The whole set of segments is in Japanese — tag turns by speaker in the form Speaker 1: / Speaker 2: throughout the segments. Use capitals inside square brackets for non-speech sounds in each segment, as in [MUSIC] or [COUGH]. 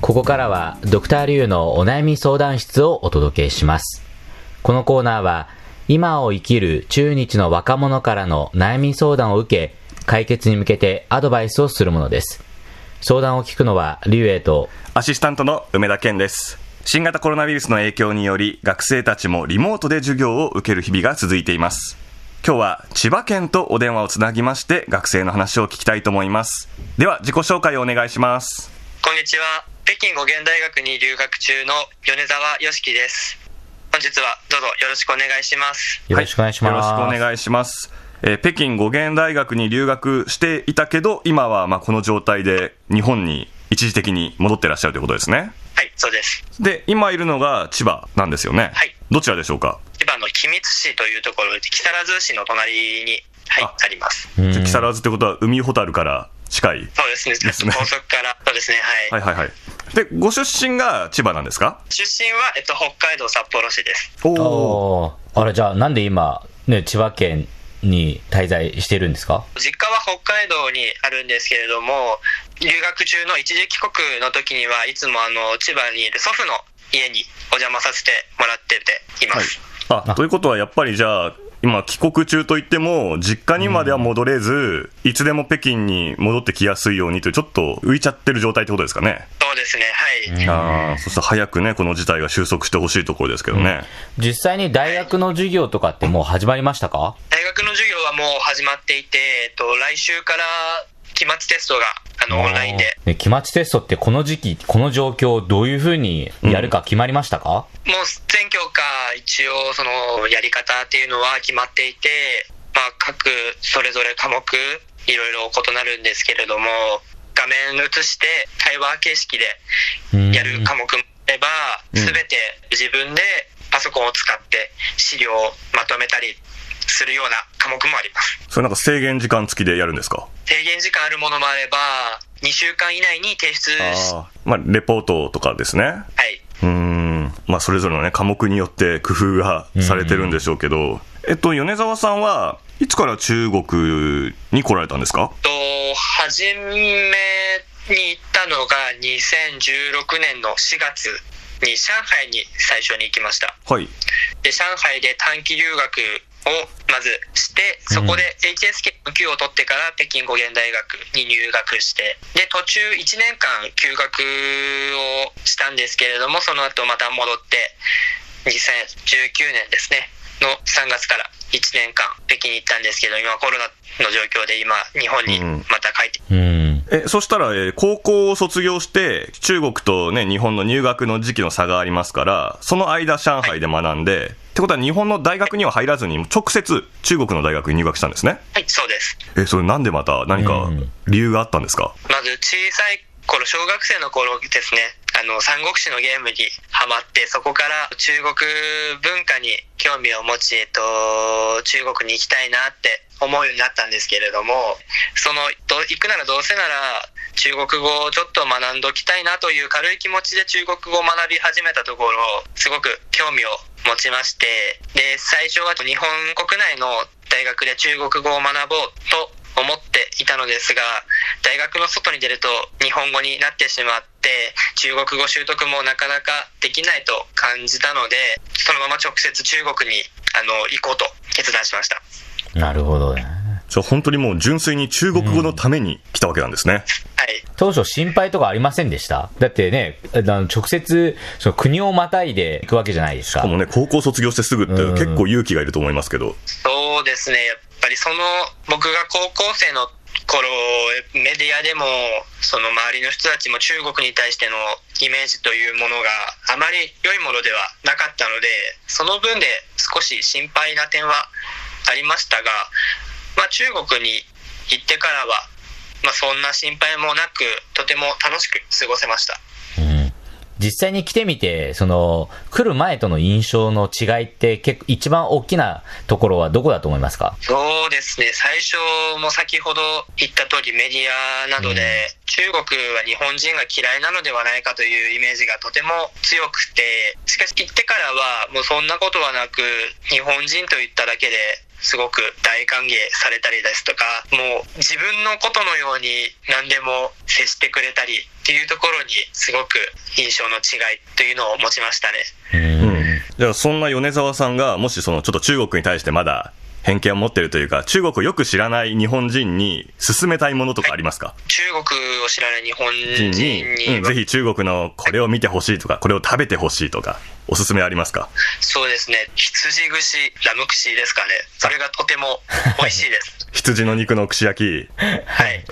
Speaker 1: ここからはドクターリュウのお悩み相談室をお届けします。このコーナーは今を生きる中日の若者からの悩み相談を受け、解決に向けてアドバイスをするものです。相談を聞くのはリュウエイと
Speaker 2: アシスタントの梅田健です。新型コロナウイルスの影響により、学生たちもリモートで授業を受ける日々が続いています。今日は千葉県とお電話をつなぎまして、学生の話を聞きたいと思います。では、自己紹介をお願いします。
Speaker 3: こんにちは。北京語源大学に留学中の米沢良樹です。本日はどうぞよろしくお願いします。
Speaker 1: よろしくお願いします。
Speaker 2: はいよろしくお願いします。えー北京語源大学に留学していたけど、今はまあこの状態で日本に一時的に戻ってらっしゃるということですね。
Speaker 3: はい、そうです。
Speaker 2: で、今いるのが千葉なんですよね。
Speaker 3: はい
Speaker 2: どちらでしょうか
Speaker 3: 千葉の君津市というところで、木更津市の隣に、はい、
Speaker 2: あ
Speaker 3: あります。
Speaker 1: うん
Speaker 2: じゃあ木更津ってことは海ほたるから近い。
Speaker 3: そうですね。ずっ
Speaker 2: す
Speaker 3: と
Speaker 2: ね
Speaker 3: 高速から、そうですね。はい。
Speaker 2: はいはいはい。で、ご出身が千葉なんですか
Speaker 3: 出身は、えっと、北海道札幌市です。
Speaker 2: おお。
Speaker 1: おーあれじゃあなんで今、ね、千葉県に滞在してるんですか
Speaker 3: 実家は北海道にあるんですけれども、留学中の一時帰国の時には、いつもあの、千葉にいる祖父の家にお邪魔させてもらってています。
Speaker 2: はい。あ、ということはやっぱりじゃあ、今帰国中といっても、実家にまでは戻れず、いつでも北京に戻ってきやすいようにという、ちょっと浮いちゃってる状態ってことですかね。
Speaker 3: そうですね。はい。
Speaker 2: ああ、そして早くね、この事態が収束してほしいところですけどね。
Speaker 1: 実際に大学の授業とかってもう始まりましたか
Speaker 3: 大学の授業はもう始まっていて、えっと、来週から期末テストがあのオンラインで、
Speaker 1: ね期末テストってこの時期、この状況をどういうふうにやるか決まりましたか、
Speaker 3: もう全教科一応そのやり方っていうのは決まっていて、まあ、各それぞれ科目いろいろ異なるんですけれども画面映して対話形式で
Speaker 1: うん
Speaker 3: やる科目もあれば、
Speaker 2: ん
Speaker 3: すべて自分でパソコンを使って資料をまとめたりするような科目もあります。
Speaker 2: それなんか制限時間付きでやるんですか
Speaker 3: 制限時間あるものもあれば2週間以内に提出しは
Speaker 2: ああ。まあ、レポートとかですね。
Speaker 3: い、
Speaker 2: うーん、まあ、それぞれのね、科目によって工夫がされてるんでしょうけど、えっと、米沢さんはいつから中国に来られたんですか
Speaker 3: と初めに行ったのが2016年の4月に上海に最初に行きました
Speaker 2: はい。
Speaker 3: で上海で短期留学をまずしてそこで HSK の級を取ってから北京語源大学に入学してで途中1年間休学をしたんですけれどもその後また戻って2019年ですねの3月から1年間北京に行ったんですけど今コロナの状況で今日本にまた帰って
Speaker 1: うん。
Speaker 2: え、そしたら、えー高校を卒業して、中国とね、日本の入学の時期の差がありますから、その間、上海で学んで、ってことは日本の大学には入らずに、直接中国の大学に入学したんですね。
Speaker 3: はいそうです
Speaker 2: え、それなんでまた何か
Speaker 1: うん
Speaker 2: 理由があったんですか、
Speaker 3: まず小さい頃小学生の頃ですねあの三国志のゲームにハマってそこから中国文化に興味を持ち、えっと、中国に行きたいなって思うようになったんですけれどもそのど行くならどうせなら中国語をちょっと学んどきたいなという軽い気持ちで中国語を学び始めたところすごく興味を持ちましてで最初は日本国内の大学で中国語を学ぼうと思っていたのですが大学の外に出ると日本語になってしまって中国語習得もなかなかできないと感じたのでそのまま直接中国にあの行こうと決断しました
Speaker 1: なるほどね。
Speaker 2: じゃあ本当にもう純粋に中国語のために来たわけなんですね。
Speaker 3: はい
Speaker 1: 当初心配とかありませんでしただってね、あの直接、その国をまたいでいくわけじゃないですか
Speaker 2: で。もね、高校卒業してすぐって
Speaker 1: うん
Speaker 2: 結構勇気がいると思いますけど。
Speaker 3: そうですねやっぱりその僕が高校生の頃メディアでもその周りの人たちも中国に対してのイメージというものがあまり良いものではなかったのでその分で少し心配な点はありましたが、まあ、中国に行ってからは、まあ、そんな心配もなくとても楽しく過ごせました。
Speaker 1: うん実際に来てみて、その、来る前との印象の違いって結構一番大きなところはどこだと思いますか
Speaker 3: そうですね最初も先ほど言った通りメディアなどで、
Speaker 1: うん
Speaker 3: 中国は日本人が嫌いなのではないかというイメージがとても強くてしかし行ってからはもうそんなことはなく日本人と言っただけですごく大歓迎されたりですとかもう自分のことのように何でも接してくれたりっていうところにすごく印象の違いというのを持ちましたね。
Speaker 1: うん。
Speaker 2: じゃあそんな米沢さんがもしそのちょっと中国に対してまだ偏見を持ってるというか中国をよく知らない日本人に勧めたいものとかありますか
Speaker 3: 中国を知らない日本人
Speaker 2: 人
Speaker 3: に
Speaker 2: に、うん、ぜひ中国のこれを見てほしいとかこれを食べてほしいとかおすすめありますか
Speaker 3: そうですね羊串ラム串ですかねそれがとても美味しいです
Speaker 2: 羊の肉の串焼き
Speaker 3: [LAUGHS] はい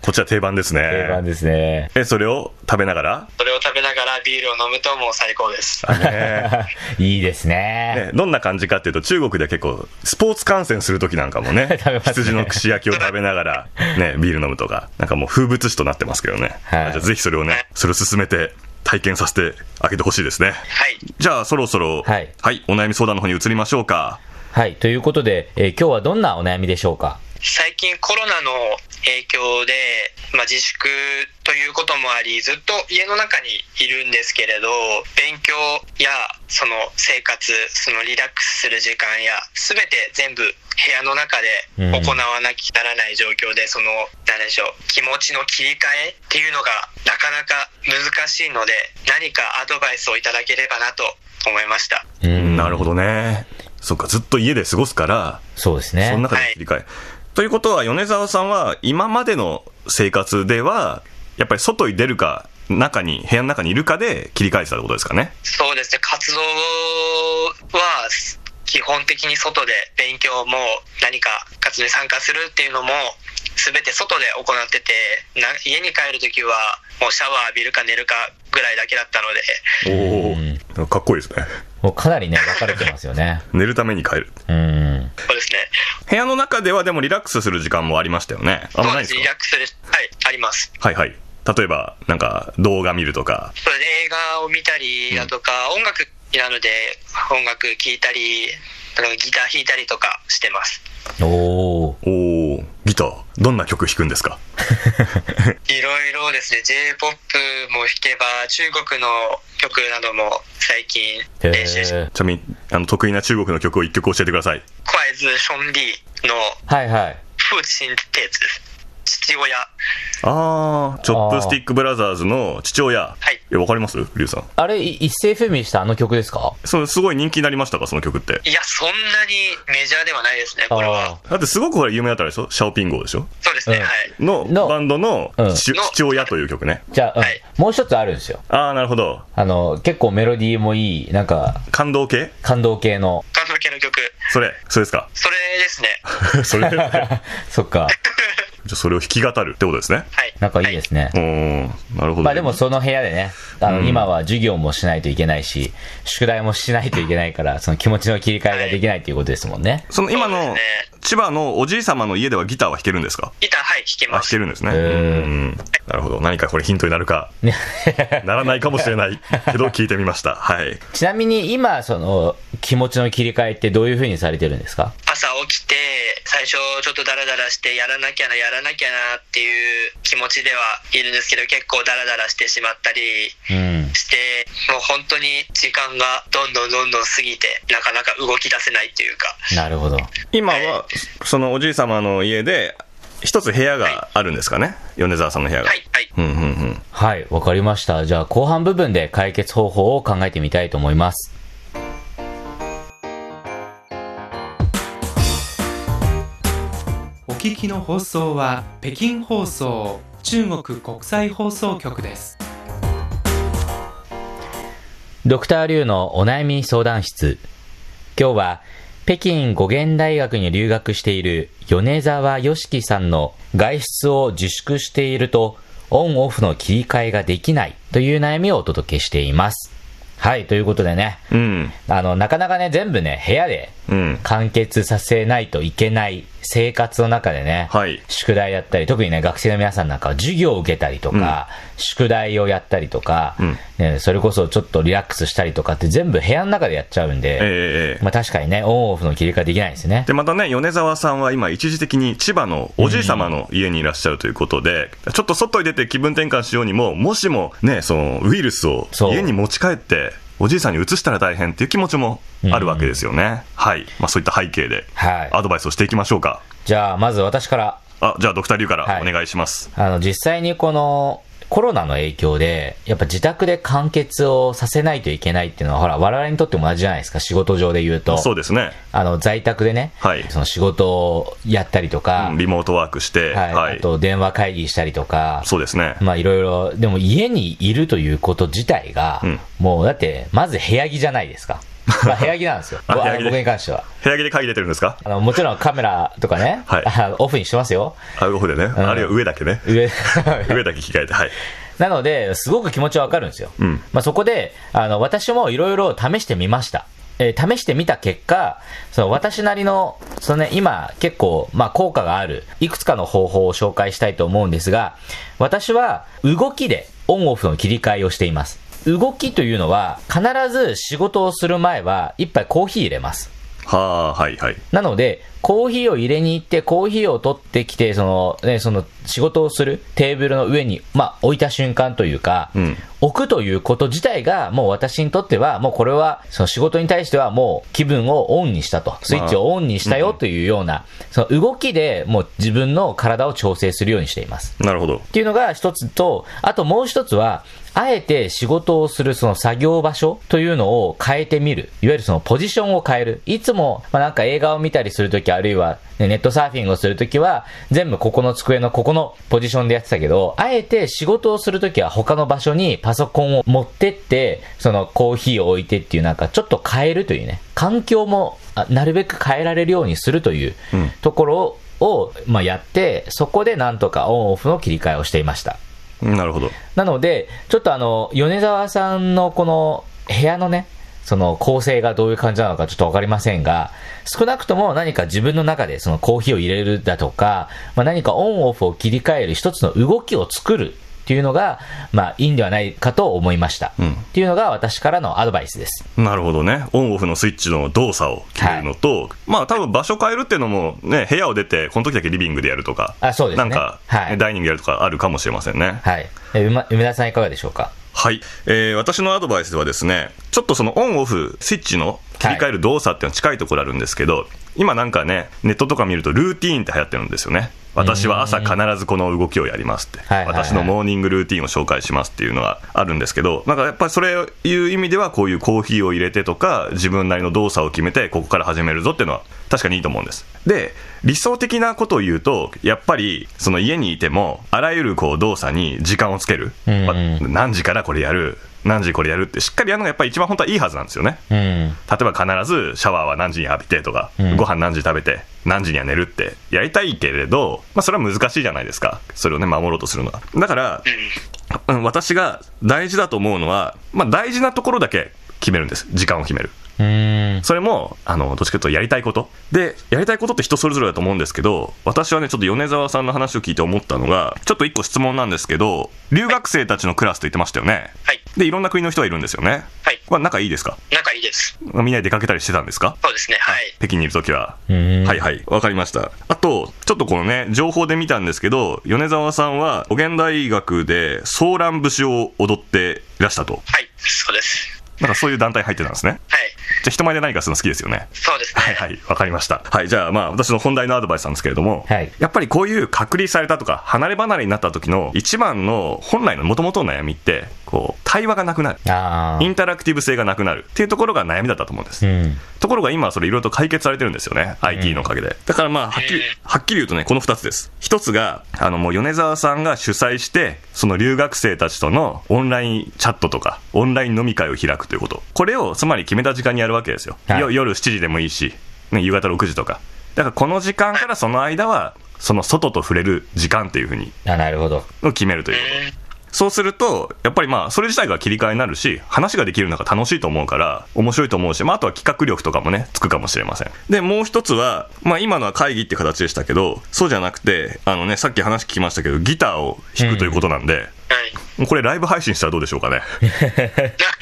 Speaker 2: こちら定番ですね
Speaker 1: 定番ですね。
Speaker 2: えそれを食べな
Speaker 1: [LAUGHS]
Speaker 2: がら、
Speaker 3: それを食べながらビールを飲むともう最高です
Speaker 2: ね
Speaker 1: [LAUGHS] いいですね。
Speaker 2: ねどんな感じかっていうと中国では結構スポーツ観戦する時なんかもね
Speaker 1: [LAUGHS] 食べますね
Speaker 2: 羊の串焼きを食べながら、ね、ビール飲むとかなんかもう風物詩となってますけどね、
Speaker 1: はい
Speaker 2: じゃあぜひそれをねそれを進めて体験させてあげてほしいですね
Speaker 3: はい
Speaker 2: じゃあそろそろ
Speaker 1: はい
Speaker 2: お悩み相談の方に移りましょうか
Speaker 1: はい。ということで、えー今日はどんなお悩みでしょうか
Speaker 3: 最近コロナの影響で、まあ、自粛ということもありずっと家の中にいるんですけれど勉強やその生活そのリラックスする時間や全て全部部屋の中で行わなきゃならない状況で、その何でしょう気持ちの切り替えっていうのがなかなか難しいので何かアドバイスをいただければなと思いました。
Speaker 1: う
Speaker 2: なるほどねそっかずっと家で過ごすから
Speaker 1: そうです
Speaker 2: その
Speaker 1: ね。
Speaker 2: 中で切り替え、ということは米沢さんは今までの生活ではやっぱり外に出るか中に部屋の中にいるかで切り替えてたってことですかね
Speaker 3: そうですね活動は基本的に外で勉強も何か活動に参加するっていうのも全て外で行っててな家に帰る時はもうシャワー浴びるか寝るかぐらいだけだったので
Speaker 2: おおかっこいいですね
Speaker 1: もうかなりね、分かれてますよね。
Speaker 2: 寝るために帰る
Speaker 1: うん。
Speaker 3: そうですね
Speaker 2: 部屋の中ではでもリラックスする時間もありましたよねあんまないです
Speaker 3: リラッ
Speaker 2: か
Speaker 3: クスするはいあります
Speaker 2: はいはい例えばなんか動画見るとか
Speaker 3: それで映画を見たりだとか、音楽好きなので音楽聴いたりなんかギター弾いたりとかしてます
Speaker 1: おー。
Speaker 2: おおギターどんな曲弾くんですか
Speaker 3: いろいろですね J−POP も弾けば中国の曲なども最近
Speaker 1: へ
Speaker 3: 練習し
Speaker 1: ー
Speaker 2: ちなみにあの得意な中国の曲を一曲教えてください
Speaker 3: クワイズ・ション・リーの
Speaker 1: はいはい。
Speaker 3: 「父親鉄」父親
Speaker 2: ああチョップスティックブラザーズの父親
Speaker 3: はい
Speaker 2: えわかりますリュウさん
Speaker 1: あれ、い一世風靡したあの曲ですか
Speaker 2: そう、すごい人気になりましたか、その曲って。
Speaker 3: いやそんなにメジャーではないですねこれは
Speaker 1: あ
Speaker 2: だってすごくほら有名だったでしょシャオピン号でしょ
Speaker 3: そうですね、
Speaker 1: うん
Speaker 3: は
Speaker 2: の
Speaker 3: い
Speaker 1: の
Speaker 2: バンドの
Speaker 1: うん
Speaker 2: 父
Speaker 3: の
Speaker 2: 父親という曲ね。
Speaker 1: ー。じゃあ、うん
Speaker 3: はい
Speaker 1: もう一つあるんですよ。
Speaker 2: ああ、なるほど。
Speaker 1: あの、結構メロディーもいい、なんか、
Speaker 2: 感動系
Speaker 1: 感動系
Speaker 3: [LAUGHS]
Speaker 1: の。
Speaker 3: 監督系の曲
Speaker 2: それ、それですか
Speaker 3: それで
Speaker 1: [LAUGHS]
Speaker 3: すね
Speaker 2: [LAUGHS] それ、じゃ
Speaker 1: そっか。
Speaker 2: あそれを弾き語るってことですね。
Speaker 3: はい
Speaker 1: なんかいいですね。
Speaker 2: おー、なるほど。
Speaker 1: まあでもその部屋でね、あの、今は授業もしないといけないし、宿題もしないといけないから、その気持ちの切り替えができないということですもんね。
Speaker 2: その今
Speaker 3: そう
Speaker 2: の
Speaker 3: です
Speaker 2: 千葉のおじい様の家ではギターは弾けるんですか
Speaker 3: ギターはい弾け
Speaker 2: あ、弾
Speaker 3: ます
Speaker 2: けるんですね。う
Speaker 1: へー
Speaker 2: ん。なるほど。何かこれヒントになるか、ならないかもしれないけど聞いてみました。はい。
Speaker 1: [LAUGHS] ちなみに今、その、気持ちの切り替えってどういう風にされてるんですか
Speaker 3: 朝起きて最初ちょっとダラダラしてやらなきゃなやらなきゃなっていう気持ちではいるんですけど結構ダラダラしてしまったり
Speaker 1: うん。
Speaker 3: してもう本当に時間がどんどんどんどん過ぎてなかなか動き出せないっていうか
Speaker 1: なるほど。
Speaker 2: 今は、そのおじい様の家で、一つ部屋があるんですかね米沢さんの部屋が。
Speaker 3: はいはい
Speaker 2: うんうんうん。
Speaker 1: はい、わかりました。じゃあ後半部分で解決方法を考えてみたいと思います。
Speaker 4: お聞きの放送は北京放送中国国際放送局です。
Speaker 1: ドクターリュウのお悩み相談室。今日は、北京語源大学に留学している米沢良樹さんの外出を自粛していると、オンオフの切り替えができないという悩みをお届けしています。はい、ということでね、
Speaker 2: うん。
Speaker 1: あの、なかなかね、全部ね、部屋で
Speaker 2: うん。
Speaker 1: 完結させないといけない生活の中でね、
Speaker 2: はい。
Speaker 1: 宿題やったり、特にね、学生の皆さんなんかは授業を受けたりとか、宿題をやったりとか、
Speaker 2: うん
Speaker 1: ね、それこそちょっとリラックスしたりとかって全部部屋の中でやっちゃうん
Speaker 2: え
Speaker 1: で、
Speaker 2: えええ
Speaker 1: まあ確かにね、オンオフの切り替えできないですね。
Speaker 2: で、またね、米沢さんは今、一時的に千葉のおじい様の家にいらっしゃるということで、ちょっと外に出て気分転換しようにも、もしもね、その、ウイルスを
Speaker 1: そう
Speaker 2: 家に持ち帰って、おじいさんに移したら大変っていう気持ちもあるわけですよね、はい、まあ、そういった背景で
Speaker 1: はい
Speaker 2: アドバイスをしていきましょうか
Speaker 1: じゃあ、まず私から、
Speaker 2: あじゃあドクターリュウから
Speaker 1: は
Speaker 2: お
Speaker 1: い
Speaker 2: 願いします、
Speaker 1: あの、実際にこの、コロナの影響で、やっぱ自宅で完結をさせないといけないっていうのは、ほら、我々にとっても同じじゃないですか、仕事上で言うと。
Speaker 2: そうですね、
Speaker 1: あの、在宅でね、
Speaker 2: はい
Speaker 1: その仕事をやったりとか、
Speaker 2: うんリモートワークして、
Speaker 1: はい、
Speaker 2: は
Speaker 1: あ
Speaker 2: い、
Speaker 1: と電話会議したりとか、
Speaker 2: そうですね、
Speaker 1: まあいろいろ、でも家にいるということ自体が、
Speaker 2: うん
Speaker 1: もうだって、まず部屋着じゃないです
Speaker 2: [LAUGHS]
Speaker 1: か。まあ部屋着なんですよ。
Speaker 2: あ部屋着
Speaker 1: 僕
Speaker 2: で
Speaker 1: 僕に関しては。
Speaker 2: 部屋着で会議出てるんですか
Speaker 1: あの、もちろんカメラとかね、
Speaker 2: はい
Speaker 1: あオフにしてますよ。
Speaker 2: あごでね、
Speaker 1: ん
Speaker 2: あるいは上だけね
Speaker 1: 上
Speaker 2: 上だけ着替えてはい
Speaker 1: なので、すごく気持ちはわかるんですよ。
Speaker 2: うん
Speaker 1: まあ、そこで、あの、私もいろいろ試してみました。えー試してみた結果、その私なりの、そのね、今結構、まあ、効果がある、いくつかの方法を紹介したいと思うんですが、私は動きでオンオフの切り替えをしています。動きというのは、必ず仕事をする前は、一杯コーヒー入れます。
Speaker 2: はあはいはい
Speaker 1: なので、コーヒーを入れに行って、コーヒーを取ってきて、その、ね、その、仕事をするテーブルの上に、まあ、置いた瞬間というか、
Speaker 2: うん
Speaker 1: 置くということ自体が、もう私にとっては、もうこれは、その仕事に対してはもう気分をオンにしたと、スイッチをオンにしたよというような、その動きでもう自分の体を調整するようにしています。
Speaker 2: なるほど
Speaker 1: っていうのが一つと、あともう一つは、あえて仕事をするその作業場所というのを変えてみる。いわゆるそのポジションを変える。いつも、まあ、なんか映画を見たりするとき、あるいは、ね、ネットサーフィンをするときは、全部ここの机のここのポジションでやってたけど、あえて仕事をするときは他の場所にパソコンを持ってって、そのコーヒーを置いてっていうなんかちょっと変えるというね、環境もあなるべく変えられるようにするという
Speaker 2: うん
Speaker 1: ところを、を、まあ、やって、そこでなんとかオンオフの切り替えをしていました。
Speaker 2: なるほど
Speaker 1: なので、ちょっとあの、米沢さんのこの部屋のね、その構成がどういう感じなのかちょっとわかりませんが、少なくとも何か自分の中でそのコーヒーを入れるだとか、まあ、何かオンオフを切り替える一つの動きを作るっていうのが、まあいいんではないかと思いました。
Speaker 2: うん
Speaker 1: っていうのが私からのアドバイスです。
Speaker 2: なるほどね。オンオフのスイッチの動作を決めるのと、まあ多分場所変えるっていうのもね、部屋を出て、この時だけリビングでやるとか、
Speaker 1: あそうですね
Speaker 2: なんか、
Speaker 1: はい
Speaker 2: ダイニングでやるとかあるかもしれませんね。はい。
Speaker 1: はい。えうま梅田さんいかがでしょうか
Speaker 2: えー私のアドバイスではですね、ちょっとそのオンオフスイッチの切り替える動作っていうのは近いところあるんですけど、今なんかね、ネットとか見るとルーティーンって流行ってるんですよね。私は朝必ずこの動きをやりますって、
Speaker 1: はいはいはい
Speaker 2: 私のモーニングルーティンを紹介しますっていうのがあるんですけど、なんかやっぱりそれいう意味では、こういうコーヒーを入れてとか、自分なりの動作を決めて、ここから始めるぞっていうのは、確かにいいと思うんです。で、理想的なことを言うと、やっぱり、その家にいても、あらゆるこう動作に時間をつける、
Speaker 1: うんうん
Speaker 2: まあ何時からこれやる、何時これやるって、しっかりやるのがやっぱり一番本当はいいはずなんですよね。
Speaker 1: うん。
Speaker 2: 例えば必ずシャワーは何時に浴びてとか、
Speaker 1: うん
Speaker 2: ご飯何時食べて何時には寝るってやりたいけれど、まあ、それは難しいじゃないですかそれをね守ろうとするのはだから、うん私が大事だと思うのは、まあ、大事なところだけ決めるんです時間を決める
Speaker 1: うん。
Speaker 2: それもあのどっちかというとやりたいことでやりたいことって人それぞれだと思うんですけど私はねちょっと米沢さんの話を聞いて思ったのがちょっと一個質問なんですけど留学生たちのクラスと言ってましたよね
Speaker 3: はい。
Speaker 2: でいろんな国の人がいるんですよね
Speaker 3: はい。
Speaker 2: これは仲いいですか
Speaker 3: 仲いいです。
Speaker 2: みんなで出かけたりしてたんですか
Speaker 3: そうですね。はい。
Speaker 2: 北京にいるときは。
Speaker 1: うん。
Speaker 2: はいはい、わかりました。あと、ちょっとこのね、情報で見たんですけど、米沢さんは、お現大学で、ソーラン節を踊っていらしたと。
Speaker 3: はい。そうです。
Speaker 2: なんかそういう団体入ってたんですね。
Speaker 3: はい。
Speaker 2: じゃあ、人前で何かするの好きですよね。
Speaker 3: そうですね。
Speaker 2: はいはい、わかりました。はい、じゃあまあ、私の本題のアドバイスなんですけれども、
Speaker 1: はい
Speaker 2: やっぱりこういう隔離されたとか、離れ離れになった時の、一番の本来の元々の悩みって、こう、対話がなくなる。
Speaker 1: あ
Speaker 2: インタラクティブ性がなくなるっていうところが悩みだったと思うんです
Speaker 1: あ。う。ん。
Speaker 2: ところが今はそれいろいろと解決されてるんですよね。IT のおかげで。だからまあ、はっきり
Speaker 3: へえ、
Speaker 2: はっきり言うとね、この二つです。一つが、あのもう米沢さんが主催して、その留学生たちとのオンラインチャットとか、オンライン飲み会を開くということ。これを、つまり決めた時間にやるわけですよ。
Speaker 1: はい
Speaker 2: よ夜7時でもいいし、ね、夕方6時とか。だからこの時間からその間は、その外と触れる時間っていうふうに、
Speaker 1: あ、なるほど。
Speaker 2: を決めるということ。
Speaker 3: うん
Speaker 2: そうすると、やっぱりまあ、それ自体が切り替えになるし、話ができるのが楽しいと思うから、面白いと思うし、まあ、あとは企画力とかもね、つくかもしれません。で、もう一つは、まあ、今のは会議って形でしたけど、そうじゃなくて、あのね、さっき話聞きましたけど、ギターを弾くということなんで、
Speaker 3: はい。
Speaker 2: [LAUGHS] これライブ配信したらどうでしょうかね。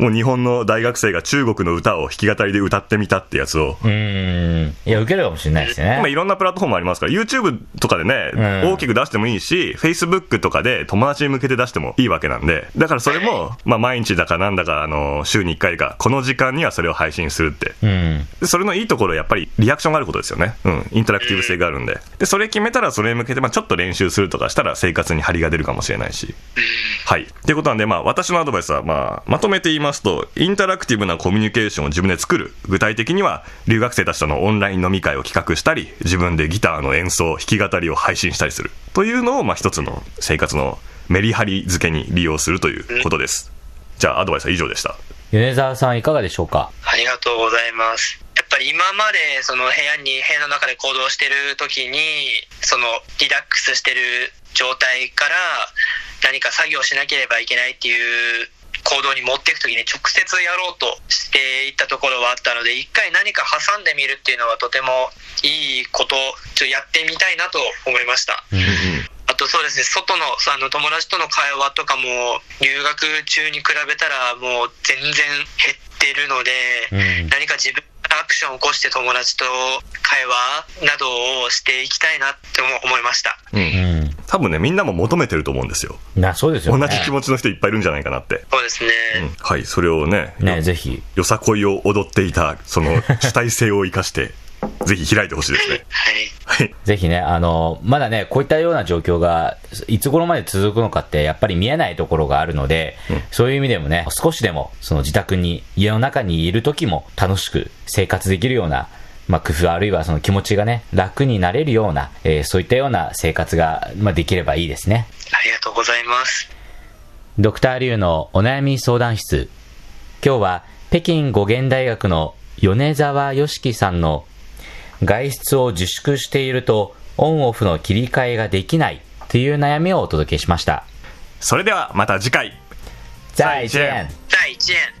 Speaker 3: な
Speaker 2: もう日本の大学生が中国の歌を弾き語りで歌ってみたってやつを、
Speaker 1: うーん。いや、受けるかもしれないです
Speaker 2: 今
Speaker 1: ね。
Speaker 2: いろんなプラットフォームありますから、YouTube とかでね、
Speaker 1: うん
Speaker 2: 大きく出してもいいし、Facebook とかで友達に向けて出してもいいわけなんで、だからそれも、まあ毎日だかなんだか、あの、週に1回か、この時間にはそれを配信するって。
Speaker 1: うん。
Speaker 2: でそれのいいところはやっぱりリアクションがあることですよね。うん。インタラクティブ性があるんで。で、それ決めたらそれに向けて、まあちょっと練習するとかしたら生活に張りが出るかもしれないし。はい。っていうことなんで、まあ私のアドバイスは、まあまとめて言いますと、インタラクティブなコミュニケーションを自分で作る。具体的には、留学生たちとのオンライン飲み会を企画したり、自分でギターの演奏、弾き語りを配信したりする。というのを、まあ一つの生活のメリハリ付けに利用するということです。じゃあアドバイスは以上でした。
Speaker 1: 米沢さんいかがでしょうか
Speaker 3: ありがとうございます。やっぱり今までその部屋に部屋の中で行動してる時にそのリラックスしてる状態から何か作業しなければいけないっていう行動に持っていく時に直接やろうとしていったところはあったので一回何か挟んでみるっていうのはとてもいいことちょっとやってみたいなと思いました。あとそうですね外のそあの友達との会話とかも留学中に比べたらもう全然減ってるので、
Speaker 1: うん。
Speaker 3: 何か自分がアクションを起こして友達と会話などをしていきたいなっても思いました
Speaker 2: うん。うん
Speaker 1: うん。
Speaker 2: 多分ね、みんなも求めてると思うんですよ。
Speaker 1: な、そうですよね。
Speaker 2: 同じ気持ちの人いっぱいいるんじゃないかなって。
Speaker 3: そうですね、
Speaker 2: うんはい、それをね、
Speaker 1: ね、ぜひ。
Speaker 2: よさこいを踊っていた、その主体性を生かして、ぜひ開いてほしいです
Speaker 3: [LAUGHS]
Speaker 2: ね。
Speaker 3: はい
Speaker 2: はい。
Speaker 1: ぜひね、あの、まだね、こういったような状況が、いつ頃まで続くのかって、やっぱり見えないところがあるので、そういう意味でもね、少しでも、その自宅に、家の中にいる時も楽しく生活できるような、まあ、工夫、あるいはその気持ちがね、楽になれるような、えーそういったような生活が、まあ、できればいいですね。
Speaker 3: ありがとうございます
Speaker 1: ドクターリュウのお悩み相談室。今日は北京語源大学の米沢良樹さんの外出を自粛しているとオンオフの切り替えができないという悩みをお届けしました。
Speaker 2: それではまた次回。
Speaker 1: 再见
Speaker 3: 第1円